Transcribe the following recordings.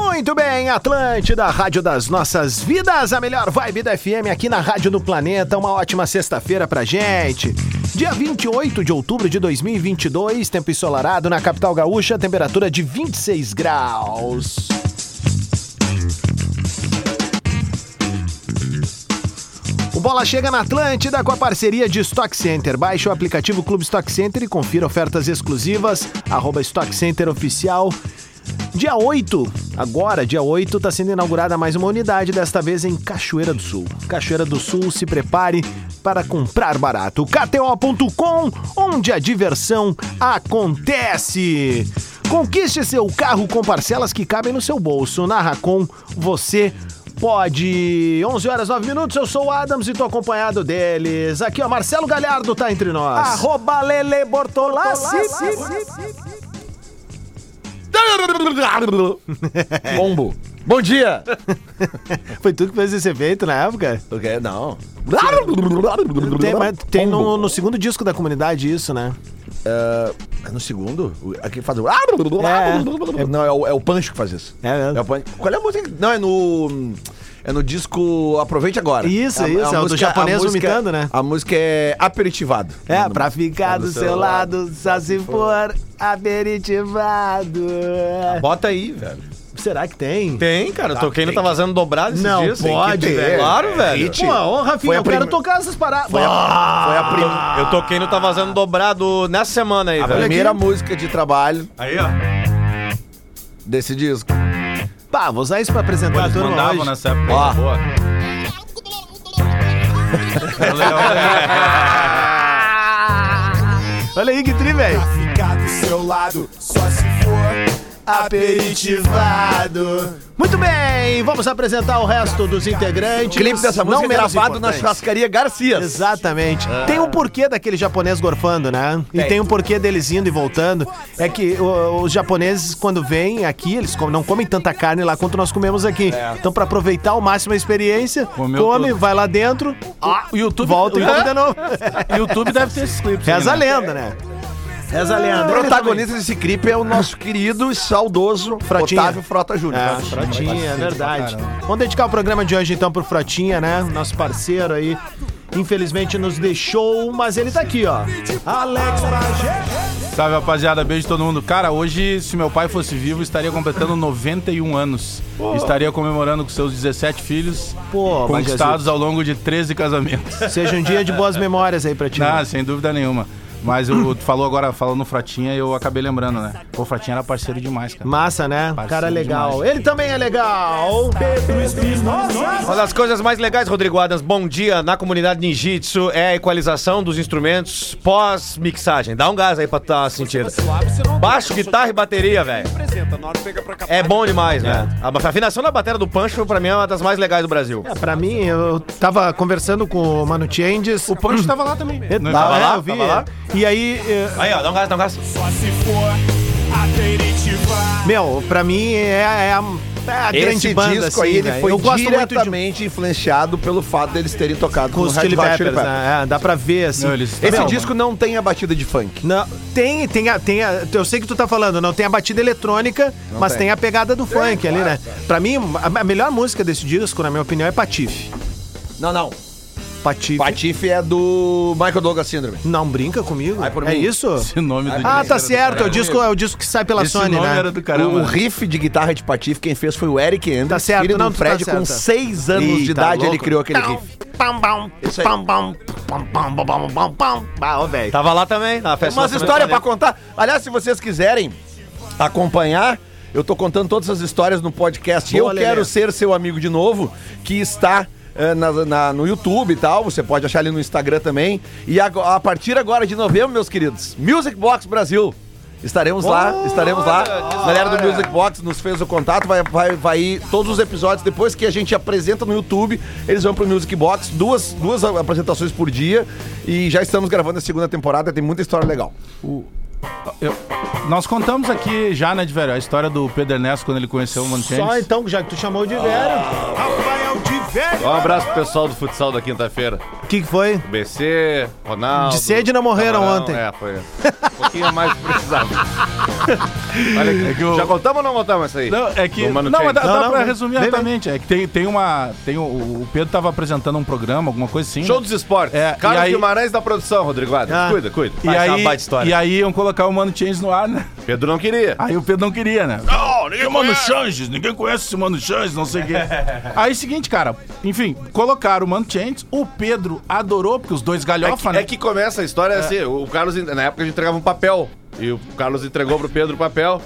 Muito bem, Atlântida, Rádio das Nossas Vidas, a melhor vibe da FM aqui na Rádio do Planeta. Uma ótima sexta-feira pra gente. Dia 28 de outubro de 2022, tempo ensolarado na capital gaúcha, temperatura de 26 graus. O Bola chega na Atlântida com a parceria de Stock Center. Baixe o aplicativo Clube Stock Center e confira ofertas exclusivas. Arroba Stock Center Oficial. Dia 8, agora, dia 8, está sendo inaugurada mais uma unidade, desta vez em Cachoeira do Sul. Cachoeira do Sul, se prepare para comprar barato. KTO.com, onde a diversão acontece. Conquiste seu carro com parcelas que cabem no seu bolso. Na Racon, você pode. 11 horas 9 minutos, eu sou o Adams e tô acompanhado deles. Aqui, ó, Marcelo Galhardo tá entre nós. Arroba Lele Bortolassi. Bombo. Bom dia. Foi tudo que fez esse efeito na época? O quê? Não. Tem, mas tem Bombo. no, no segundo disco da comunidade isso, né? Ah, é no segundo? O- Aqui faz o... É. É, Não, é o, é o Pancho que faz isso. É mesmo. o Pancho. Qual é a música? que- Não, é no... É no disco Aproveite Agora. Isso, a, isso, é o do música- japonês a música- vomitando, né? A música é Aperitivado. É, No- pra ficar Tá no Tá do seu lado, só se for aperitivado. Tá Bota aí, velho. Será que tem? Tem, cara. Eu toquei no tem Tá Vazando Dobrado esses Não dias. pode, Tem que ter. velho. Claro, velho. hit. Pô, ô, Rafinha, Foi a eu quero prime- tocar essas paradas. Foi a, foi a Ah. prim- Eu toquei no Tá Vazando Dobrado nessa semana aí, a velho. Ah, primeira música de trabalho Aí, ó. desse disco. Pá, vou usar isso pra apresentar a Eles turma mandavam hoje. nessa época. Ó. aí, Boa. Eu lembro- Olha aí que tri, velho. Ficar do seu lado, só se for aperitivado. Muito bem, vamos apresentar o resto dos integrantes. clipe dessa Não música é menos gravado na importante. churrascaria Ah. Garcia. Exatamente. Tem um porquê daquele japonês gorfando, né? E tem um porquê deles indo e voltando. É que o- os japoneses, quando vêm aqui, eles com- não comem tanta carne lá quanto nós comemos aqui. É. Então, pra aproveitar ao máximo a experiência, Comeu come, tudo. vai lá dentro, O YouTube. volta e o come de novo. YouTube deve ter esses clipes. Reza a aí, né? lenda, né? Reza a lenda. O protagonista desse clipe é o nosso querido e saudoso Frotinha. Otávio Frota Júnior. É, Frotinha, é verdade. Vamos dedicar o programa de hoje então pro Frotinha, né? Nosso parceiro aí. Infelizmente nos deixou, mas ele tá aqui, ó. Alex Bagé. Salve, rapaziada. Beijo todo mundo. Cara, hoje, se meu pai fosse vivo, estaria completando 91 anos. Estaria comemorando com seus 17 filhos, Pô, conquistados ao longo de 13 casamentos. Seja um dia de boas memórias aí pra ti. Ah, sem dúvida nenhuma. Mas o tu falou agora, falando no Fratinha, eu acabei lembrando, né? Pô, o Fratinha era parceiro demais, cara. Massa, né? Parceiro Cara legal. demais. Ele também é legal. Uma das coisas mais legais, Rodrigo Adams, bom dia na comunidade ninjitsu é a equalização dos instrumentos pós-mixagem. Dá um gás aí pra tá sentindo. Baixo, guitarra e bateria, velho. É bom demais, né? A afinação da bateria do Pancho, pra mim, é uma das mais legais do Brasil. É, pra mim, eu tava conversando com o Mano Changes. O Pancho tava lá também. Não tava lá, tava? lá, é, eu vi. tava lá? E aí, eh, Aí, ó, dá um gás, dá um gás. Só se for aperitivado. meu, pra mim é, é a, é a grande Esse banda. disco assim, aí ele né? foi eu gosto muito de diretamente influenciado pelo fato deles terem tocado com os Red Chili Hot Peppers, né? É, dá pra ver, assim. Não, eles- Esse Não, disco não tem a batida de funk. Não, tem, tem a, tem a- Eu sei que tu tá falando, não tem a batida eletrônica, mas tem. tem. a pegada do funk ali, né? Pra mim, a, a melhor música desse disco, na minha opinião, é Patife. Não, não. Patife. Patife é do Michael Douglas Syndrome. Não brinca comigo? Ai, por é mim. isso? Esse nome Ah, do disco tá era do certo. É o, caralho. disco, é o disco que sai pela Esse Sony, nome né? era do caramba. O riff de guitarra de Patife quem fez foi o Eric Anderson, Tá certo, filho não, do tu tá Fred, com certa. 6 anos Ih, de tá idade ele louco. criou aquele riff. Isso aí. Ah, ó, Tá, velho. Tava lá também, na festa. Umas histórias pra contar. Aliás, se vocês quiserem acompanhar, eu tô contando todas as histórias no podcast. Boa, eu Lelê. quero ser seu amigo de novo, que está. eh, na- na- no YouTube e tal, você pode achar ali no Instagram também. E ago- a, partir agora de novembro, meus queridos, Music Box Brasil. Estaremos lá, estaremos lá. A galera do Music Box nos fez o contato, vai, vai, vai ir todos os episódios. Depois que a gente apresenta no YouTube, eles vão pro Music Box, duas, duas apresentações por dia. E já estamos gravando a segunda temporada, tem muita história legal. Eu- nós contamos aqui já, né, de velho, a história do Pedro Ernesto quando ele conheceu o Mano Só Changes. Ah. então, já que tu chamou de velho. Rafael de Velho. Um abraço pro pessoal do futsal da quinta-feira. que, que foi? BC, Tá Ronaldo. De sede não morreram ontem. É, foi. Um pouquinho a mais precisava. Olha aqui. É que o- Já contamos ou não contamos isso aí? Não, é que. Do Não, Mano mas dá, Chang. dá Não, não, pra vem, resumir vem, rapidamente. É que tem, tem uma. Tem, o, o Pedro tava apresentando um programa, alguma coisa assim. Show né? dos esportes. É, Carlos e aí- Guimarães da produção, Rodrigo Adams. Ah. Cuida, cuida. E Vai, tá uma aí, baita história. e aí iam colocar o Mano Chains no ar, né? Pedro não queria. Aí o Pedro não queria, né? Não, ninguém Mano Changes, ninguém conhece esse Mano Changes, não sei o quê. Aí seguinte, cara, enfim, colocaram o Mano Changes, o Pedro adorou, porque os dois É galhofa, que, né? é que começa a história assim, o Carlos, na época a gente entregava um papel, e o Carlos entregou pro Pedro o papel.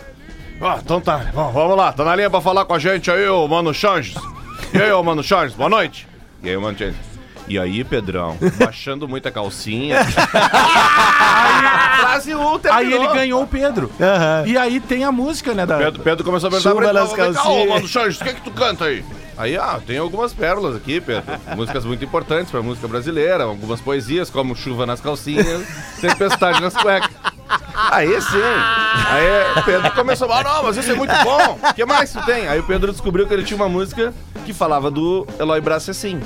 Ó, então tá, bom, vamos lá, tá na linha pra falar com a gente aí, ô Mano Changes. E aí, ô Mano Changes, boa noite. E aí, ô Mano Changes. E aí, Pedrão, baixando muita calcinha. Quase um terminou. Aí ele ganhou o Pedro. Aham. E aí tem a música, né? Da... Pedro, Pedro começou a perguntar Chuva pra ele, nas "Ô, vem cá, calcinhas." ô Mano Changes, o que é que tu canta aí? Aí, ah, tem algumas pérolas aqui, Pedro. Músicas muito importantes pra música brasileira, algumas poesias, como Chuva nas Calcinhas, Tempestade nas Cuecas. Aí sim. Aí o Pedro começou a falar, não, mas isso é muito bom. O que mais tu tem? Aí o Pedro descobriu que ele tinha uma música que falava do Eloy Braço assim.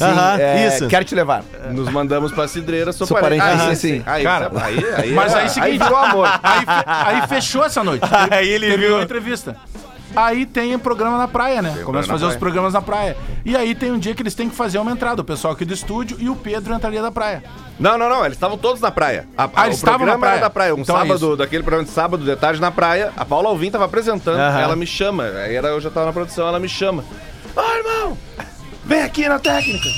Ah, Aham, É, isso. Quero te levar. Nos mandamos pra cidreira, sou, Sou parente. parente, Aí, sim, sim. Aí, Cara, aí, aí, mas aí aí, seguinte- virou amor. Aí, fe- aí fechou essa noite. Aí ele Teve viu. uma entrevista. Aí tem um programa na praia, né? Começa a programa na fazer os praia. programas na praia. E aí tem um dia que eles têm que fazer uma entrada, o pessoal aqui do estúdio e o Pedro entraria da praia. Não, não, não. Eles estavam todos na praia. A, Ah, o eles estavam programa na praia. era da praia. Um Então é sábado, isso. daquele programa de sábado, de tarde, na praia. A Paula Alvim tava apresentando. Aham. Ela me chama. Aí era, eu já tava na produção, ela me chama. Ó, irmão! Vem aqui na técnica.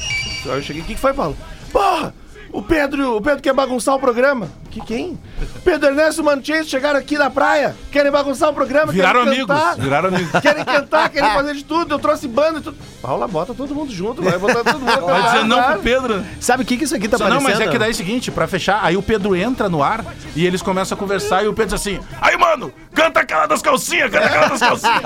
Aí eu cheguei. O que, que foi, Paulo? Porra! O Pedro, o Pedro quer bagunçar o programa. Que quem? Pedro Ernesto Manchês chegaram aqui na praia. Querem bagunçar o programa. Viraram querem amigos. cantar. Viraram amigos. Querem cantar, querem fazer de tudo. Eu trouxe banda e tudo. Paula, bota todo mundo junto. Vai botar todo mundo. Vai dizer não pro Pedro. Sabe o que, que isso aqui tá Só não, parecendo? mas é que daí é o seguinte, pra fechar, aí o Pedro entra no ar e eles começam a conversar e o Pedro diz assim, aí, mano, canta aquela das calcinhas, canta aquela das calcinhas.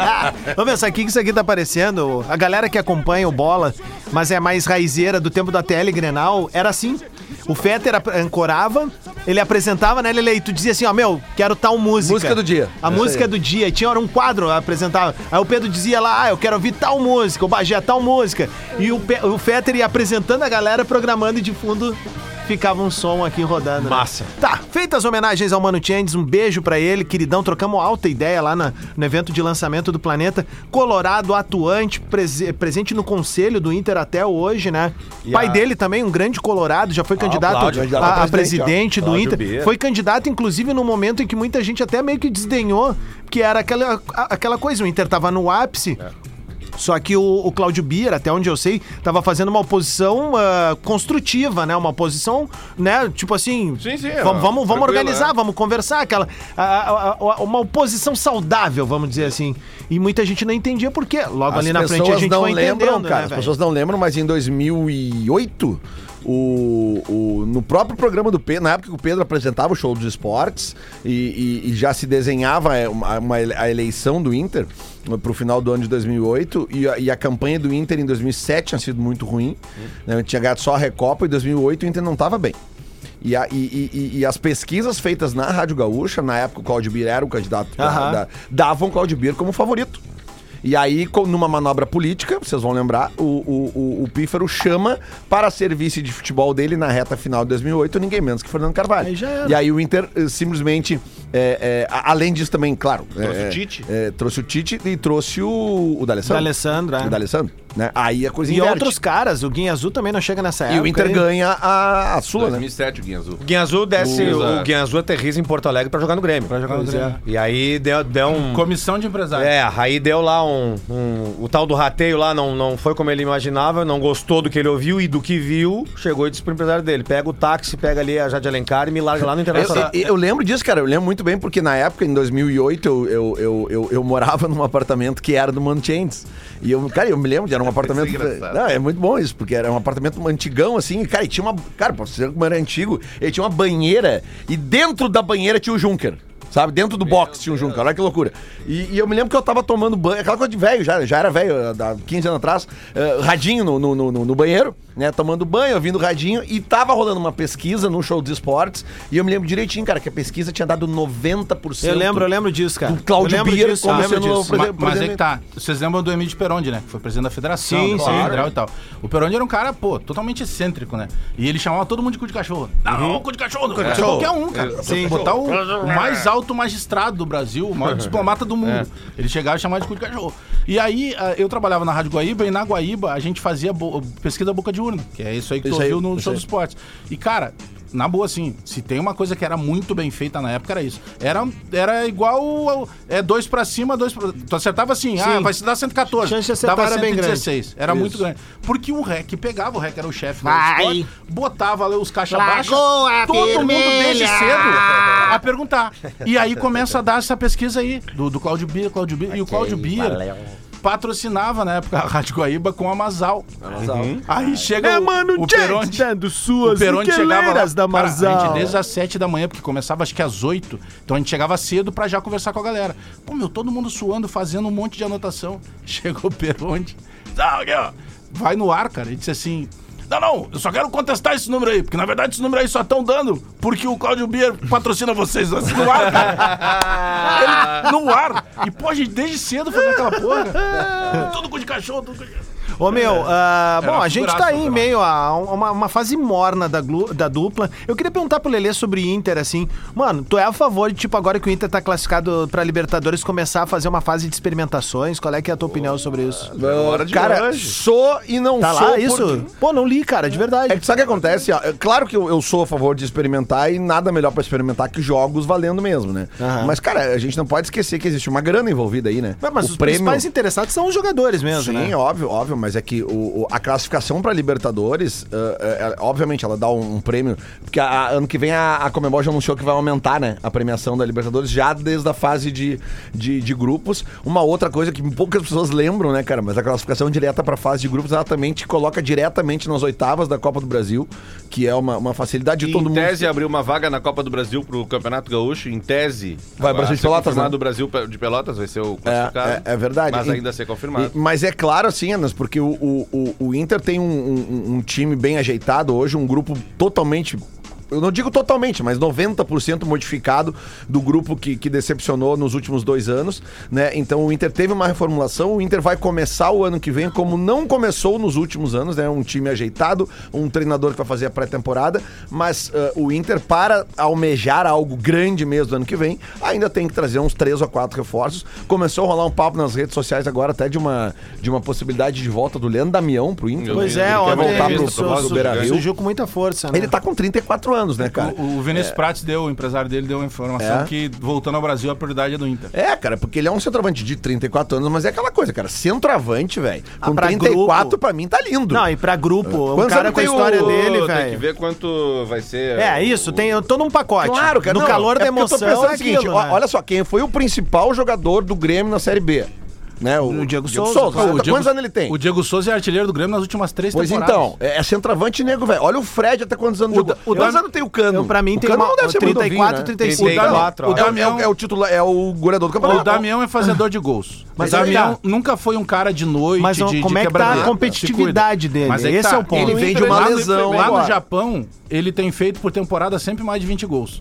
Vamos ver, sabe o que que isso aqui tá parecendo? A galera que acompanha o Bola, mas é mais raizeira do tempo da TL Grenal, era assim. O Fetter ap- ancorava, ele apresentava, né, Lele? E tu dizia assim, ó, meu, quero tal música. Música do dia. A É Isso música aí. do dia. E tinha era um quadro, apresentava. Aí o Pedro dizia lá, ah, eu quero ouvir tal música, o Bagé tal música. E o, Pe o Fetter ia apresentando a galera, programando e de fundo ficava um som aqui rodando. né? Massa. Tá, feitas as homenagens ao Mano Chendes, um beijo pra ele, queridão. Trocamos alta ideia lá na- no evento de lançamento do Planeta. Colorado, atuante, prese- presente no conselho do Inter até hoje, né? Pai dele também, um grande colorado, já foi candidato Ah, Cláudio, candidato a, a a presidente presidente, do Cláudio Inter. Bia. Foi candidato, inclusive, no momento em que muita gente até meio que desdenhou, que era aquela, a- aquela coisa, o Inter tava no ápice. É. Só que o, o Cláudio Bier, até onde eu sei, tava fazendo uma oposição ah, construtiva, né? Uma oposição, né? Tipo assim, Sim, sim, vamos, vamos, vamos tranquilo, organizar, né? vamos conversar, aquela a- a- a- uma oposição saudável, vamos dizer assim. E muita gente não entendia por quê. Logo ali na frente a gente foi lembram, entendendo, cara. né, as velho? pessoas não lembram, mas em 2008, o, o, no próprio programa do Pedro, na época que o Pedro apresentava o show dos esportes e, e- e já se desenhava é, uma, uma ele- a eleição do Inter eh, pro final do ano de 2008 e a, e a campanha do Inter em 2007 tinha sido muito ruim. Hum. Né, tinha ganhado só a Recopa e em 2008 o Inter não tava bem. E, a- e- e- e- e as pesquisas feitas na Rádio Gaúcha, na época o Claudio Bir era o candidato, Aham. da, da- davam o Claudio Bir como favorito. E aí, com- numa manobra política, vocês vão lembrar, o, o, o- o Pífaro chama para ser vice de futebol dele na reta final de 2008, ninguém menos que Fernando Carvalho. Aí já era. E aí o Inter eh, simplesmente, eh, eh, a- além disso também, claro... Trouxe o Tite. trouxe o Tite e trouxe o, o D'Alessandro. D'Alessandro, é. O D'Alessandro, né? Aí a coisa E inverte. outros É, caras, o Guinha Azul também não chega nessa época. E o Inter hein? ganha a, a Sula, né? 2007, o Guinha Azul. O Guinazul desce, Exato. o Guinazul aterriza em Porto Alegre pra jogar no Grêmio. é. Pra jogar no Grêmio. E aí deu, deu um. Comissão de empresários. É, aí deu lá um, um- O tal do rateio lá não, não foi como ele imaginava, não gostou do que ele ouviu e do que viu, chegou e disse pro empresário dele: pega o táxi, pega ali a Jade Alencar e me larga lá no Internacional. Eu, eu- eu lembro disso, cara. Eu lembro muito bem, porque na época, em 2008, eu, eu, eu, eu, eu morava num apartamento que era do Mano Chains. E eu, cara, eu me lembro, era um apartamento. engraçado. Não, é muito bom isso, porque era um apartamento antigão, assim. E, cara, e tinha uma. Cara, pra ser como era antigo, ele tinha uma banheira e dentro da banheira tinha o Junker. Sabe? Dentro do box tinha um Junca. Olha que loucura. E, e eu me lembro que eu tava tomando banho. Aquela coisa de velho, já, já era velho, há- há 15 anos atrás. eh, radinho no, no, no- no- no banheiro, né? Tomando banho, ouvindo radinho. E tava rolando uma pesquisa num show de esportes. E eu me lembro direitinho, cara, que a pesquisa tinha dado 90%. Eu lembro, eu lembro disso, cara. Do Cláudio Eu lembro Pinheiro disso, Ah, como eu lembro sendo disso. o presen- Ma- Mas é que tá. Vocês lembram do Emílio Peronde, né? Que foi presidente da federação, Sim, do sim. federal e tal. O Peronde era um cara, pô, totalmente excêntrico, né? E ele chamava todo mundo de cu de cachorro. Não, Uhum. cu de cachorro, não, de qualquer um, cara. Sim. Botar o, o mais alto magistrado do Brasil, o maior diplomata do mundo. Ele chegava e chamava de cu de cachorro. E aí, ah, eu trabalhava na Rádio Guaíba e na Guaíba a gente fazia bo- pesquisa boca de urna, que é isso aí que tu Isso aí, ouviu no isso show aí. do esportes. E, cara, na boa, assim, se tem uma coisa que era muito bem feita na época, era isso. Era, era igual ao- é dois pra cima, dois pra... Tu acertava assim, ah, vai se dar 114. Chance de acertar era bem grande. 116. Era muito grande. Porque o REC pegava, o REC era o chefe da Vai. escola, botava lá os caixa baixa, Lagoa todo mundo desde Vermelha. cedo a perguntar. E aí começa a dar essa pesquisa aí, do, do Cláudio Bia, Cláudio Bia. E o Cláudio Bia patrocinava na época a Rádio Guaíba com a Masal. Aí chega É, o, o Peronte. dando suas O Peroni chegava lá, inqueleiras da cara, a Mazal. gente desde as 7 da manhã, porque começava acho que às 8. Então a gente chegava cedo pra já conversar com a galera. Pô, meu, todo mundo suando, fazendo um monte de anotação. Chegou o Peroni. "Não, aqui, ó." Vai no ar, cara. Ele disse assim. Não, não, eu só quero contestar esse número aí, porque na verdade esse número aí só estão dando porque o Claudio Bier patrocina vocês assim, no ar. cara." Ele, no ar. E, pô, a gente desde cedo fazendo aquela porra. né? tudo cu de cachorro, tudo cu de cachorro. Ô meu, ah, bom, a gente tá figuraça, aí em cara. meio a um- uma, uma fase morna da, glu- da dupla. Eu queria perguntar pro Lelê sobre Inter, assim. Mano, tu é a favor de, tipo, agora que o Inter tá classificado pra Libertadores, começar a fazer uma fase de experimentações? Qual é que é a tua opinião sobre isso? Eu, Ah, cara, sou e não Tá sou. lá por- isso? Pô, não li, cara, de É verdade. que sabe o que acontece? ó? É claro que eu, eu sou a favor de experimentar e nada melhor pra experimentar que jogos valendo mesmo, né? Aham. Mas, cara, a gente não pode esquecer que existe uma grana envolvida aí, né? Ué, mas os principais interessados são os jogadores mesmo, Sim, né? óbvio, óbvio, mas é que o, o- a classificação pra Libertadores, ah, é- é- obviamente, ela dá um, um prêmio, porque a- a- ano que vem a, a Comebol já anunciou que vai aumentar, né, a premiação da Libertadores já desde a fase de, de, de grupos. Uma outra coisa que poucas pessoas lembram, né, cara, mas a classificação direta pra fase de grupos, ela também te coloca diretamente nas oitavas da Copa do Brasil, que é uma, uma facilidade de todo em mundo. tese abriu uma vaga na Copa do Brasil pro Campeonato Gaúcho, em tese. Vai, Agora, Brasil de a ser Pelotas, confirmado né? o Brasil pe- de Pelotas vai ser o classificado. É, é, é verdade. Mas E- ainda a ser confirmado. e- mas é claro, assim, Anas, porque o, o, o- o Inter tem um, um- um time bem ajeitado hoje, um grupo totalmente. Eu não digo totalmente, mas 90% modificado do grupo que, que decepcionou nos últimos dois anos, né? Então o Inter teve uma reformulação, o Inter vai começar o ano que vem como não começou nos últimos anos, né? Um time ajeitado, um treinador que vai fazer a pré-temporada, mas eh, o Inter, para almejar algo grande mesmo no ano que vem, ainda tem que trazer uns três ou quatro reforços. Começou a rolar um papo nas redes sociais agora até de uma, de uma possibilidade de volta do Leandro Damião pro Inter. Meu Pois Ele é, quer ontem voltar ele pro- su- pro su- Beira-Rio. surgiu com muita força, né? Ele tá com 34 anos, né, cara? O, o Vinícius Prates deu, o empresário dele deu uma informação É. que voltando ao Brasil a prioridade é do Inter. É, cara, porque ele é um centroavante de 34 anos, mas é aquela coisa, cara, centroavante, velho. Ah, Com pra 34, grupo. pra mim, tá lindo. Não, e pra grupo, o Quantos cara anos com a tem o- história dele, Tem que velho. ver quanto vai ser. É, isso, tem todo um pacote. Claro, cara. No não, calor é da porque eu tô emoção. pensando é o seguinte, aquilo, ó, né? olha só, quem foi o principal jogador do Grêmio na Série B? Né, o, O Diego Souza, claro. Quantos anos ele tem? Ah, O Diego Souza é artilheiro do Grêmio nas últimas três Pois temporadas. então, é é centroavante negro, velho. Olha o Fred até quantos anos O da- jogou. o Tipo, O quantos da- anos tem o Cano? eu, pra mim, o tem Cano uma- não deve ser muito novinho, 34, né? 35. O Damião- 34, ó. o Damião é o titular, é o goleador do campeonato. O Damião é fazedor de gols. Mas Mas é o Damião tá. olha- nunca foi um cara de noite, Mas, ó, de, de como é que tá a quebra-galho. competitividade Se cuida. dele? Mas aí Esse tá, é o ponto. Ele vem de entra uma lá no- lesão Lá agora. no Japão, ele tem feito por temporada sempre mais de 20 gols.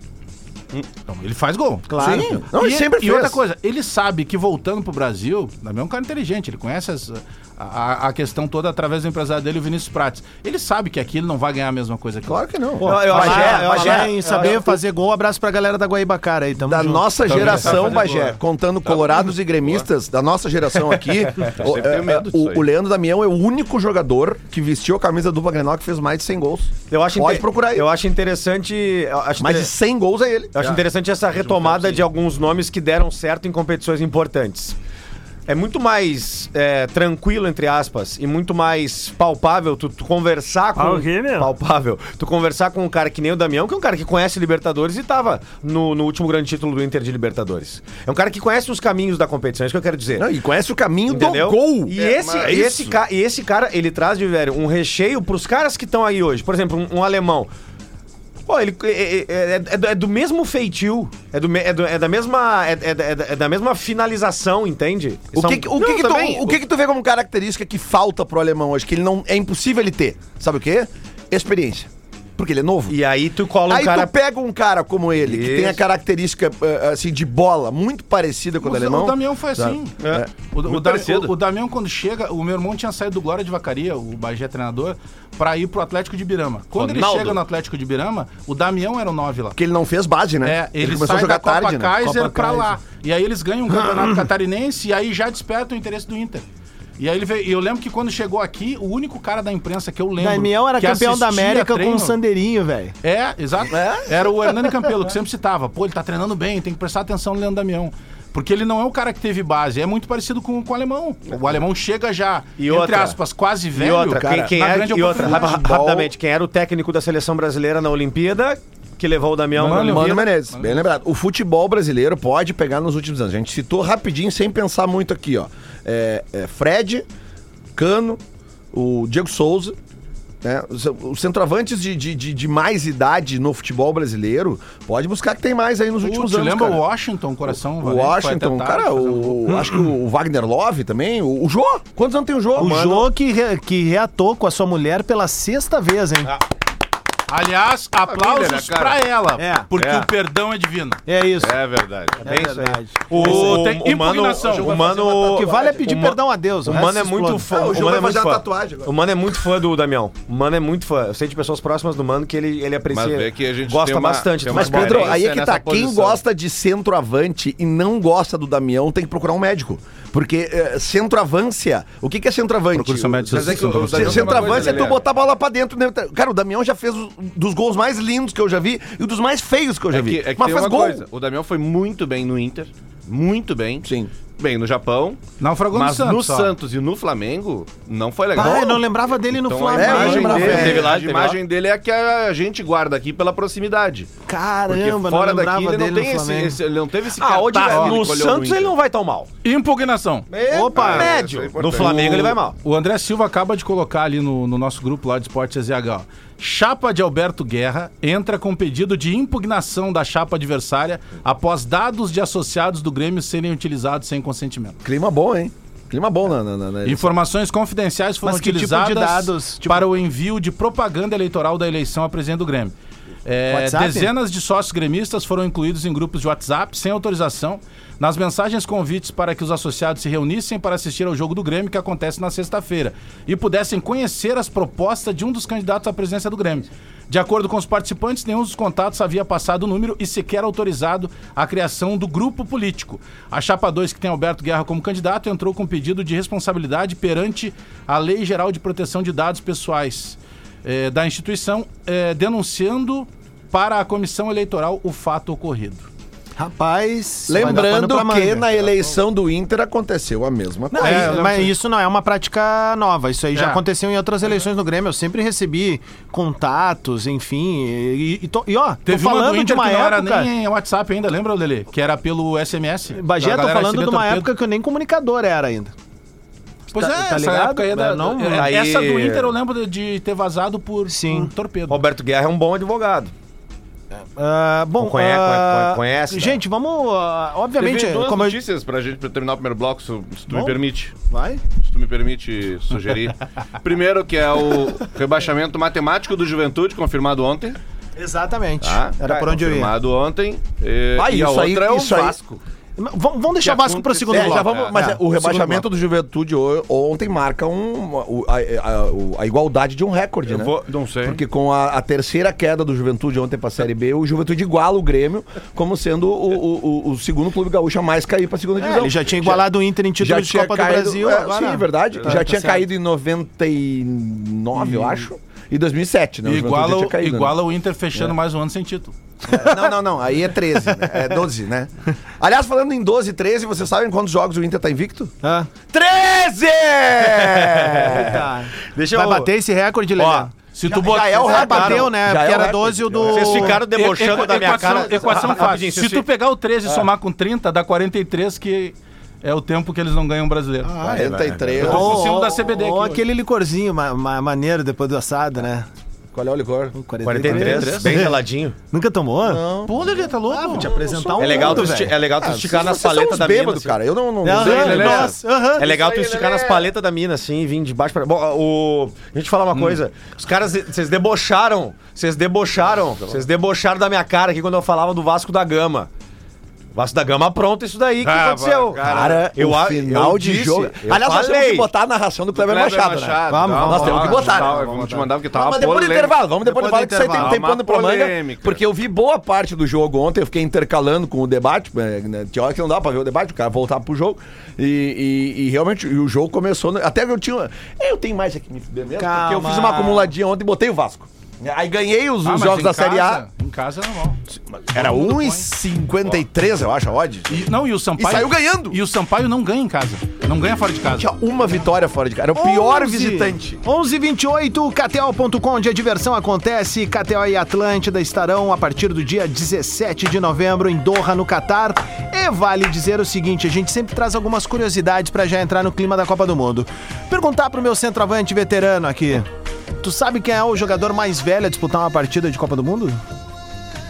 Então, ele faz gol. Claro. Sim. Não, ele e, sempre e fez. outra coisa, ele sabe que voltando pro Brasil, Damião é um cara inteligente, ele conhece as- a, a- a questão toda através do empresário dele, o Vinícius Prates. Ele sabe que aqui ele não vai ganhar a mesma coisa que Claro lá. que não. Ó, eu Bagé, falar- eu Bagé. falar em saber fazer gol, abraço pra galera da Guaibacara aí, tamo da junto. nossa Também sabe geração, fazer Bagé, boa. contando colorados e gremistas, da nossa geração aqui, o, Sempre tenho medo é, disso o- aí. o Leandro Damião é o único jogador que vestiu a camisa dupla Grenal que fez mais de 100 gols. Eu acho Pode inte- procurar aí. Eu acho interessante. eu acho Mais de inter- 100 gols é ele. Eu acho interessante essa retomada de alguns nomes que deram certo em competições importantes. É muito mais é, tranquilo, entre aspas, e muito mais palpável tu, tu conversar com. Ah, o quê, meu? Palpável. Tu conversar com um cara que nem o Damião, que é um cara que conhece Libertadores e tava no, no último grande título do Inter de Libertadores. É um cara que conhece os caminhos da competição, é isso que eu quero dizer. Não, e conhece o caminho Entendeu? do gol. E, É, esse, mas e esse isso. ca- e esse cara, ele traz, de velho, um recheio pros caras que estão aí hoje. Por exemplo, um, um alemão. Pô, Pô, ele é, é- é- é do- é do mesmo feitio. É, do, me- é, do- é da mesma. É, é da- é da- é da mesma finalização, entende? O São- que, que- o, Não, que, que tu, também. o que que tu vê como característica que falta pro alemão hoje? Que ele não. É impossível ele ter. Sabe o quê? Experiência. Porque ele é novo. E aí tu cola um Aí cara. tu pega um cara como ele, que tem a Isso. característica eh, assim de bola muito parecida com o, O, do é alemão. o tá Damião foi Sabe? assim. É. O, o, Muito Da- parecido. o- o Damião, quando chega, o meu irmão tinha saído do Glória de Vacaria, o Bagé treinador, pra ir pro Atlético de Birama. Quando ele Ronaldo. chega no Atlético de Birama, o Damião era o 9 lá. Porque ele não fez base, né? É, ele, sai da Copa Kaiser pra lá. E aí eles ganham o campeonato catarinense e aí já desperta o interesse do Inter. E aí ele veio, e eu lembro que quando chegou aqui, o único cara da imprensa que eu lembro. Damião era que campeão da assistia América com treino- o Sandeirinho, velho. É, exato. Era o Hernani Campelo, que sempre citava. Pô, ele tá treinando bem, tem que prestar atenção no Leandro Damião. Porque ele não é o cara que teve base, é muito parecido com, com o alemão. O alemão chega já, E entre outra- aspas, quase velho. E outra, cara, quem, quem na é, grande e outra oportunidade. rap- rapidamente, quem era o técnico da seleção brasileira na Olimpíada que levou o Damião pra Mano, Mano Olimpíada? Menezes, bem lembrado. O futebol brasileiro pode pegar nos últimos anos. A gente citou rapidinho, sem pensar muito aqui, ó. É, é Fred, Cano, o Diego Souza. Né? Os, os centroavantes de, de, de- de mais idade no futebol brasileiro, pode buscar que tem mais aí nos Putz, últimos te anos. lembra cara. o Washington, coração? O valente, foi até Washington, tarde cara, fazendo gol. o, acho que o Wagner Love também. O, o Jô? Quantos anos tem o Jô? O Mano, Jô que, re- que reatou com a sua mulher pela sexta vez, hein? Aliás, aplausos né, cara? pra ela, É, porque é. o perdão é divino. É isso. É verdade. É verdade. O, o, Tem o mano, impugnação. o mano, O que vale é pedir o ma- perdão a Deus. O mano é muito fã. Ah, o Gil vai mano é muito fazer uma fã. tatuagem agora. O mano é muito fã do Damião. O mano é muito fã. Eu sei de pessoas próximas do mano que ele, ele aprecia. Mas vê que a gente gosta tem uma- bastante. tem do uma Mas, futebol. Pedro, aí é Essa que é tá. nessa Quem posição. gosta de centroavante e não gosta do Damião tem que procurar um médico. Porque eh, centroavância. O que, que é centroavante? Procura seu médico, Mas é seu que o- o centroavante. Damião Centroavante é tem uma coisa, tu né, botar a bola pra dentro. né? Cara, o Damião já fez os- dos gols mais lindos que eu já vi e dos mais feios que eu já É vi. que, é que Mas tem faz uma gol. coisa. O Damião foi muito bem no Inter. Muito bem. Sim. Bem no Japão. Naufragou no mas no, Santos, ó. Santos e no Flamengo, não foi legal. Ah, eu não lembrava dele no Então, a Flamengo. imagem, lembrava, dele, é. teve lá, a Teve lá. imagem dele é a que a gente guarda aqui pela proximidade. Porque Caramba, fora não lembrava daqui ele não, dele tem no esse, Flamengo. esse- ele não teve esse Ah, onde catarro vai- que no colheu Santos ele Inter. não vai tão mal. Impugnação. Opa, é, médio. isso é importante. no Flamengo ele vai mal. O André Silva acaba de colocar ali no, no nosso grupo lá de Esporte ZH, ó. Chapa de Alberto Guerra entra com pedido de impugnação da chapa adversária após dados de associados do Grêmio serem utilizados sem consentimento. Clima bom, hein? Clima bom na. na, na- na- Informações confidenciais foram Mas que tipo de utilizadas dados? Tipo- para o envio de propaganda eleitoral da eleição a presidente do Grêmio. É, WhatsApp? dezenas de sócios gremistas foram incluídos em grupos de WhatsApp sem autorização. Nas mensagens convites para que os associados se reunissem para assistir ao jogo do Grêmio que acontece na sexta-feira e pudessem conhecer as propostas de um dos candidatos à presidência do Grêmio. De acordo com os participantes, nenhum dos contatos havia passado o número e sequer autorizado a criação do grupo político. A Chapa 2, que tem Alberto Guerra como candidato, entrou com pedido de responsabilidade perante a Lei Geral de Proteção de Dados Pessoais eh, da instituição eh, denunciando para a comissão eleitoral o fato ocorrido. Rapaz. vai dar Lembrando pano pra que manga. na eleição do Inter aconteceu a mesma Não, coisa. É, isso- eu lembro mas que- isso não é uma prática nova. Isso aí já É. aconteceu em outras eleições no Grêmio. Eu sempre recebi contatos, enfim. E, e tô- e, ó, tô Teve uma falando do de Inter uma que não época. era nem WhatsApp ainda, lembra, Lele? Que era pelo SMS. Bagé, A tô galera falando de recebia uma torpedo. época que eu nem comunicador era ainda. Pois tá- é, tá essa ligado? época aí é da, Mas não- é- aí- Essa do Inter eu lembro de, de ter vazado por, Sim. por torpedo. Roberto Guerra é um bom advogado. Ah, bom, Conhece, ah, conhece, tá? gente, vamos. ah, obviamente, Teve duas como eu- notícias pra gente pra terminar o primeiro bloco, se, se tu Bom. me permite. Vai. Se tu me permite sugerir. Primeiro, que é o rebaixamento matemático do Juventude, confirmado ontem. Exatamente. tá? era por onde eu ia. Confirmado ontem. E, Ah, e a isso aí- outra é o isso aí- Vasco. Mas Vamos, vamos deixar o Que Vasco pro aconteceu. segundo É, bloco. já vamos, mas É, é, o segundo rebaixamento do Juventude o- ontem marca um, o- a, a- o- a igualdade de um recorde, Eu né? vou- não sei. Porque com a, a terceira queda do Juventude ontem pra Série B, o Juventude iguala o Grêmio como sendo o, o- o- o segundo clube gaúcho a mais cair pra segunda bloco. É, divisão. ele já tinha igualado o Inter em título de Copa do Brasil. é, agora- Sim, verdade. Tá, já tá tinha certo. caído em 99, eu acho. E 2007, né? O Juventude Iguala, tinha o- caído, né? iguala o Inter fechando mais um ano sem título. Não, não, não. Aí é 13, né? É 12, né? Aliás, falando em 12 e 13, vocês sabem quantos jogos o Inter tá invicto? Hã? 13! Tá. Deixa Vai eu- bater esse recorde, Lelê? Ó, Se Já- tu botar. já é o Já recorde. bateu, né? Porque Já é o era recorde. 12 o do... Vocês ficaram debochando Equa- da minha equação- cara. Equação fácil. Rapidinho, Se tu pegar o 13 e somar com 30, dá 43, que é o tempo que eles não ganham o brasileiro. Ah, 43. Eu tô com o símbolo da CBD aqui Ou hoje. aquele licorzinho ma- ma- maneiro depois do assado, né? Qual é o licor? 43, bem geladinho. Nunca tomou? Pô, Lelê, tá louco? Te apresentar um É legal tu, mundo, esti- velho. é legal tu esticar na Vocês são paleta uns da mina. bêbado, assim. cara. Eu não, não, não Aham, sei, Lelé. nossa, aham. É legal tu esticar nas paletas da mina, assim, vir de baixo pra. Bom, o... Deixa eu te falar Hum. uma coisa. Os caras, vocês debocharam. Vocês debocharam. Tá Vocês debocharam da minha cara aqui quando eu falava do Vasco da Gama. Vasco da Gama pronta isso daí. O que Ah, aconteceu? cara, Cara, eu, o a- final eu de disse, jogo. eu Aliás, nós temos falei. que botar a narração do Kleber Kleber Machado, né? Machado, Vamos, dá uma nós temos que olhada, botar, dá- né? Vamos te mandar porque tá Mas uma depois do polêmica. intervalo, vamos depois, Depois do intervalo, que isso aí tem, tem Uma pano pro manga. polêmica. Porque eu vi boa parte do jogo ontem, eu fiquei intercalando com o debate. eh, né, Tinha hora que não dá pra ver o debate, o cara voltava pro jogo. E, e- e realmente e o jogo começou. no- Até que eu tinha. é, Eu tenho mais aqui me fuder mesmo, porque eu Calma. fiz uma acumuladinha ontem e botei o Vasco. Aí ganhei os, Ah, os mas jogos em da Série A. casa- Em casa é normal. Era 1,53, eu acho, a odd. E, não, e o Sampaio. E saiu ganhando. E o Sampaio não ganha em casa. Não ganha fora de casa. Tinha uma vitória fora de casa. Era o pior visitante. 1128, KTO.com, onde a diversão acontece. KTO e Atlântida estarão a partir do dia 17 de novembro em Doha, no Catar. E vale dizer o seguinte: a gente sempre traz algumas curiosidades pra já entrar no clima da Copa do Mundo. Perguntar pro meu centroavante veterano aqui. Tu sabe quem é o jogador mais velho a disputar uma partida de Copa do Mundo?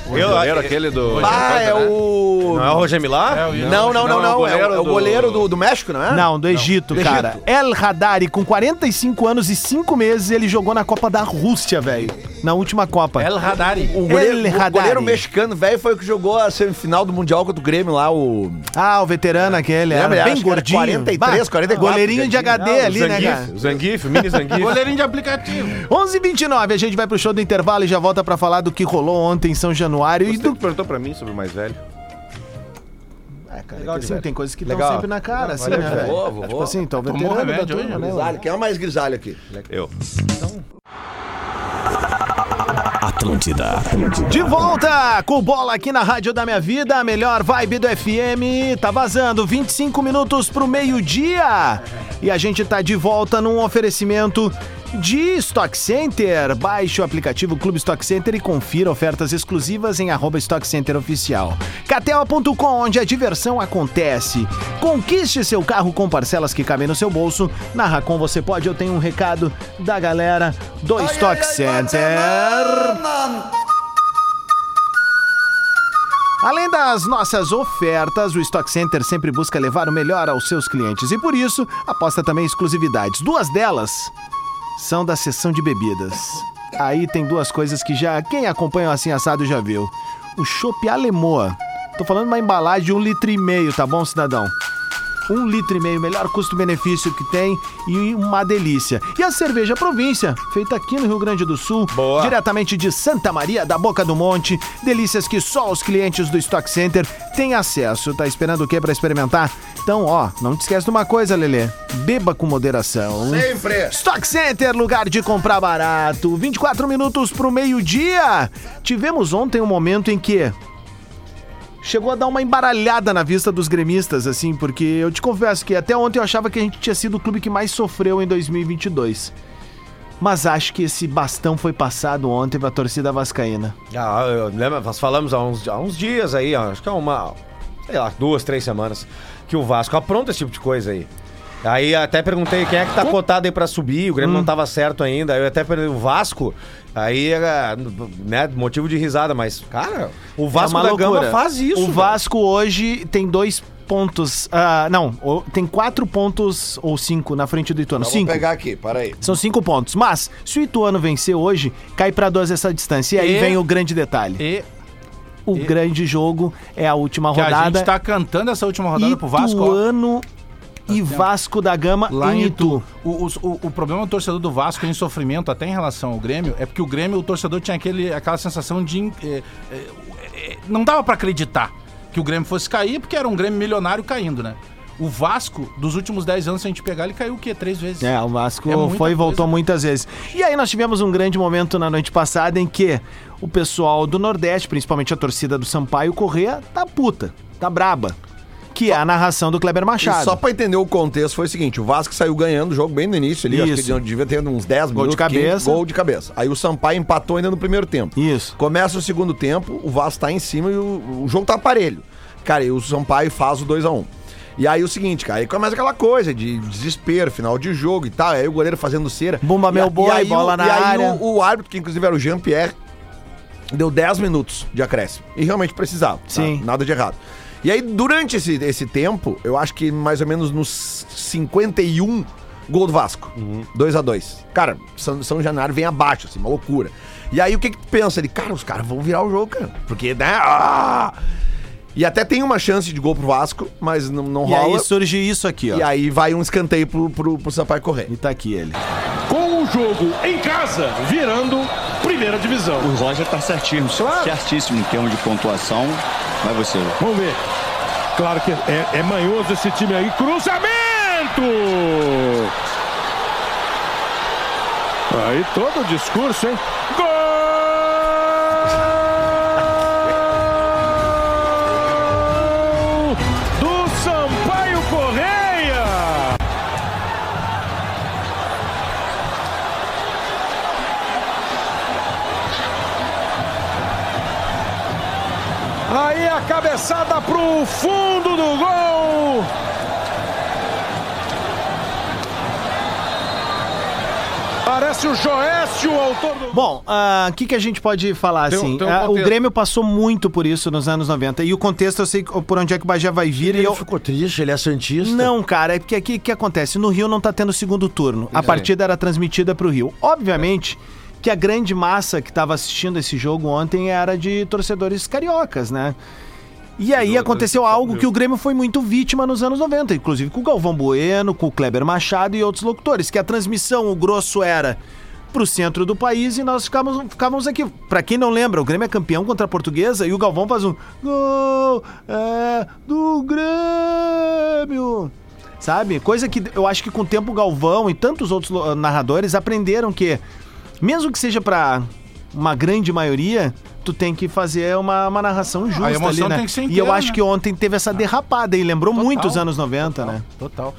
O goleiro aquele do... né? Ah, é o. Não é o Roger Milá? Não, não, não, não. Não, é o É o, goleiro é o do- goleiro do, do México, não é? Não, do Egito, Do cara. Egito. El Haddari, com 45 anos e 5 meses, ele jogou na Copa da Rússia, velho. Na última Copa. El Radari. O goleiro, El o Haddari. goleiro mexicano, velho, foi o que jogou a semifinal do Mundial contra o Grêmio lá, o. Ah, o veterano aquele, É. Lembra? era Acho bem que era gordinho. 43, Bah, 44, Goleirinho de gordinho. HD ali, né, cara? Zangief, Zangief, mini Zangief. Goleirinho de aplicativo. 11h29, a gente vai pro show do intervalo e já volta pra falar do que rolou ontem em São Januário e Você do... que perguntou pra mim sobre o mais velho. É, Legal, assim, tem coisas que Legal. estão sempre na cara, assim, né, Valeu, velho? vovô, vovô. Tipo assim, então, Tomou um veterano da remédio turma, hoje, né? Grisalho. Quem é o mais grisalho aqui? Eu. Atlântida, Atlântida. De volta com bola aqui na Rádio da Minha Vida, a melhor vibe do FM. Tá vazando 25 minutos pro meio-dia. E a gente tá de volta num oferecimento de Stock Center. Baixe o aplicativo Clube Stock Center e confira ofertas exclusivas em arroba Stock Center Oficial. Catela.com, onde a diversão acontece. Conquiste seu carro com parcelas que cabem no seu bolso. Na Racon você pode, eu tenho um recado da galera do Stock Center. Além das nossas ofertas, o Stock Center sempre busca levar o melhor aos seus clientes e por isso aposta também em exclusividades. Duas delas são da seção de bebidas. Aí tem duas coisas que já quem acompanha o Assim Assado já viu. O chopp Alemoa. Tô falando uma embalagem de um litro e meio, tá bom, cidadão? Um litro e meio, melhor custo-benefício que tem e uma delícia. E a cerveja província, feita aqui no Rio Grande do Sul, Boa. diretamente de Santa Maria da Boca do Monte. Delícias que só os clientes do Stock Center têm acesso. Tá esperando o quê pra experimentar? Então, ó, não te esquece de uma coisa, Lelê. Beba com moderação. Stock Center, lugar de comprar barato. 24 minutos pro meio-dia. Tivemos ontem um momento em que chegou a dar uma embaralhada na vista dos gremistas, assim, porque eu te confesso que até ontem eu achava que a gente tinha sido o clube que mais sofreu em 2022. Mas acho que esse bastão foi passado ontem pra torcida vascaína. Ah, eu lembro, nós falamos há uns, há uns dias aí, ó, acho que há uma, sei lá, duas, três semanas, que o Vasco apronta esse tipo de coisa aí. Aí até perguntei quem é que tá cotado aí pra subir, o Hum. Grêmio não tava certo ainda. Eu até perguntei o Vasco, aí era, né, motivo de risada, mas, cara, o Vasco É uma da loucura. Gama faz isso. O velho. Vasco hoje tem dois pontos. ah, não, o- tem quatro pontos ou cinco na frente do Ituano. Vou Cinco. pegar aqui, peraí. São cinco pontos. Mas, se o Ituano vencer hoje, cai pra 12 essa distância. E aí E- vem o grande detalhe. E o grande jogo é a última que a rodada. gente tá cantando essa última rodada pro Vasco. ó. Ituano e Vasco da Gama Lá em Itu. Itu. O, os- o- o problema do torcedor do Vasco em sofrimento, até em relação ao Grêmio, é porque o Grêmio, o torcedor tinha aquele, aquela sensação de. in- eh, eh, eh, não dava pra acreditar que o Grêmio fosse cair, porque era um Grêmio milionário caindo, né? O Vasco, dos últimos 10 anos, se a gente pegar, ele caiu o quê? Três vezes. É, o Vasco É muita foi e voltou coisa. muitas vezes. E aí nós tivemos um grande momento na noite passada em que o pessoal do Nordeste, principalmente a torcida do Sampaio Corrêa, tá puta, tá braba. Que é a narração do Kleber E Machado. só pra entender o contexto, foi o seguinte: o Vasco saiu ganhando o jogo bem no início ali. Acho Isso. que devia ter uns 10 Gol de minutos. cabeça. gol de cabeça. Aí o Sampaio empatou ainda no primeiro tempo. Isso. Começa o segundo tempo, o Vasco tá em cima e o, o jogo tá aparelho. Cara, e o Sampaio faz o 2x1. E aí o seguinte, cara, aí começa aquela coisa de desespero, final de jogo e tal. Aí o goleiro fazendo cera. Bumba E meu a- boi, e aí, o- bola na e aí área. O, o árbitro, que inclusive era o Jean-Pierre, deu 10 minutos de acréscimo. E realmente precisava. tá? Sim. Nada de errado. E aí, durante esse, esse tempo, eu acho que mais ou menos nos 51, gol do Vasco. Uhum. 2 a 2 Cara, São, São Januário vem abaixo, assim, uma loucura. E aí, o que que tu pensa? Ele, cara, os caras vão virar o jogo, cara. Porque, né? ah! E até tem uma chance de gol pro Vasco, mas não, não E rola. aí surge isso aqui, ó. E aí vai um escanteio pro, pro, pro Sampaio correr. E tá aqui ele. com o jogo em casa, virando primeira divisão. O Roger tá certinho, certíssimo em termos de pontuação. Vai você. Vamos ver. Claro que é, é manhoso esse time aí. Cruzamento! Aí todo o discurso, hein? Gol! Do Sampaio Correia! Aí a cabeçada pro fundo do gol. Parece o Joécio, autor do Bom, ah, o que, que a gente pode falar Tem um- assim? tem um Ah, o contexto. Grêmio passou muito por isso nos anos 90. E o contexto eu sei por onde é que o Bagé vai vir. e eu... ficou triste, ele é Santista. Não, cara, é porque aqui o que acontece? No Rio não tá tendo segundo turno. A partida era transmitida pro Rio. Obviamente que a grande massa que tava assistindo esse jogo ontem era de torcedores cariocas, né? E aí aconteceu algo que o Grêmio foi muito vítima nos anos 90, inclusive com o Galvão Bueno, com o Kleber Machado e outros locutores, que a transmissão, o grosso era pro centro do país e nós ficávamos, ficávamos aqui. Pra quem não lembra, o Grêmio é campeão contra a Portuguesa e o Galvão faz um gol é do Grêmio. Sabe? Coisa que eu acho que com o tempo o Galvão e tantos outros lo- narradores aprenderam que mesmo que seja pra uma grande maioria, tu tem que fazer uma, uma narração justa emoção ali, né? tem que ser e eu inteira, acho né? que ontem teve essa derrapada e lembrou muito os anos 90, né? Total.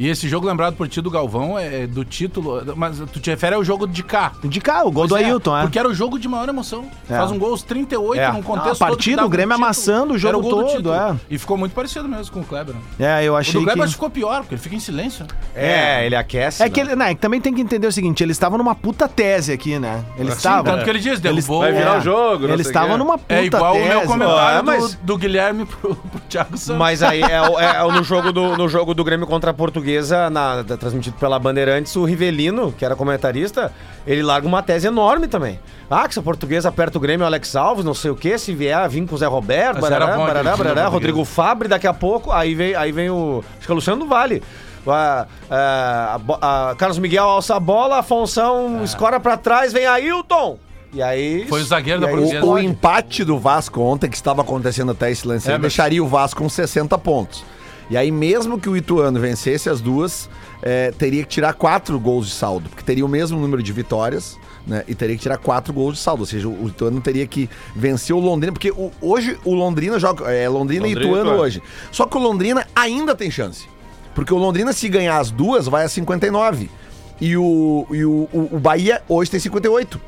E esse jogo lembrado por ti do Galvão é do título, mas tu te refere ao jogo de cá. De cá, o gol do Pois é, Ailton, é. Porque era o jogo de maior emoção. É. Faz um gol aos 38 É. num contexto Ah, a todo partida, que dava o Grêmio um título. amassando o jogo Era gol do todo, título. é. E ficou muito parecido mesmo com o Kleber. né? É, eu O achei do que... Kleber acho que ficou pior, porque ele fica em silêncio. né? É, ele aquece. É que ele, né, também tem que entender o seguinte, eles estavam numa puta tese aqui, né? Eles estavam. tanto que ele diz, eles, é. derrubou. Vai virar o jogo, não Eles sei estavam quê. numa puta É igual o tese. Ah, meu ó, comentário é, mas- do, do Guilherme pro, pro Thiago Santos. Mas aí é, o- é o- no, jogo do, no jogo do Grêmio contra a Portuguesa, na- da- transmitido pela Bandeirantes, o Rivelino, que era comentarista, ele larga uma tese enorme também. Ah, que se a portuguesa aperta o Grêmio, o Alex Alves, não sei o quê, se vier, vim com o Zé Roberto, Mas barará, era bom aquele né? barará, time da barará, Portuguesa. Rodrigo Fabre, daqui a pouco, aí vem, aí vem o. Acho que é o Luciano do Vale. A- a- a bo- a- Carlos Miguel alça a bola, a Função escora pra trás, vem Ailton! E aí. Ah. Foi o e zagueiro da aí- Portuguesa. O, o empate do Vasco ontem, que estava acontecendo até esse lance, aí, deixaria o Vasco com 60 pontos. E aí, mesmo que o Ituano vencesse as duas, eh, teria que tirar quatro gols de saldo, porque teria o mesmo número de vitórias, né? E teria que tirar quatro gols de saldo. Ou seja, o o Ituano teria que vencer o Londrina, porque o- hoje o Londrina joga. É Londrina, Londrina e e Ituano Ituano. hoje. Só que o Londrina ainda tem chance. Porque o Londrina, se ganhar as duas, vai a 59. E o, e o, o o Bahia hoje tem 58.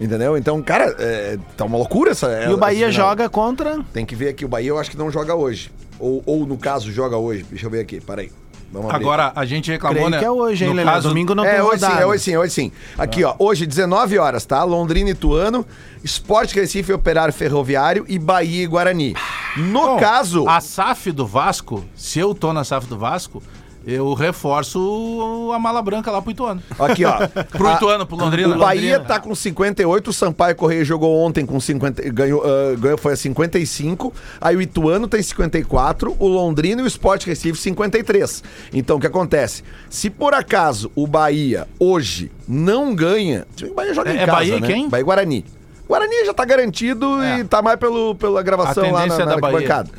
Entendeu? Então, cara, é, tá uma loucura essa. E o Bahia joga contra. Tem que ver aqui. O Bahia eu acho que não joga hoje. Ou, ou no caso, joga hoje. Deixa eu ver aqui. Peraí. Vamos abrir. Agora, a gente reclamou, Creio né? que é hoje, hein, no Lelé? caso, Domingo não tem É, hoje rodada. sim, é hoje sim, é hoje sim. Aqui, ó. Hoje, 19 horas, tá? Londrina e Tuano, Esporte Recife e Operário Ferroviário e Bahia e Guarani. No Bom, caso. A SAF do Vasco, se eu tô na SAF do Vasco, eu reforço a mala branca lá pro Ituano. Aqui, ó. Pro A- Ituano, pro Londrina. O Bahia Londrina. tá com 58, o Sampaio Correia jogou ontem com 50, ganhou, ah, ganhou foi a 55, aí o Ituano tem 54, o Londrina e o Sport Recife 53. Então o que acontece? Se por acaso o Bahia hoje não ganha, se bem que o Bahia joga É- em é casa, Bahia e né? quem? É. Bahia e Guarani. Guarani já tá garantido e tá mais pelo, pela gravação A lá na, tendência na é da Bahia. arquibancada.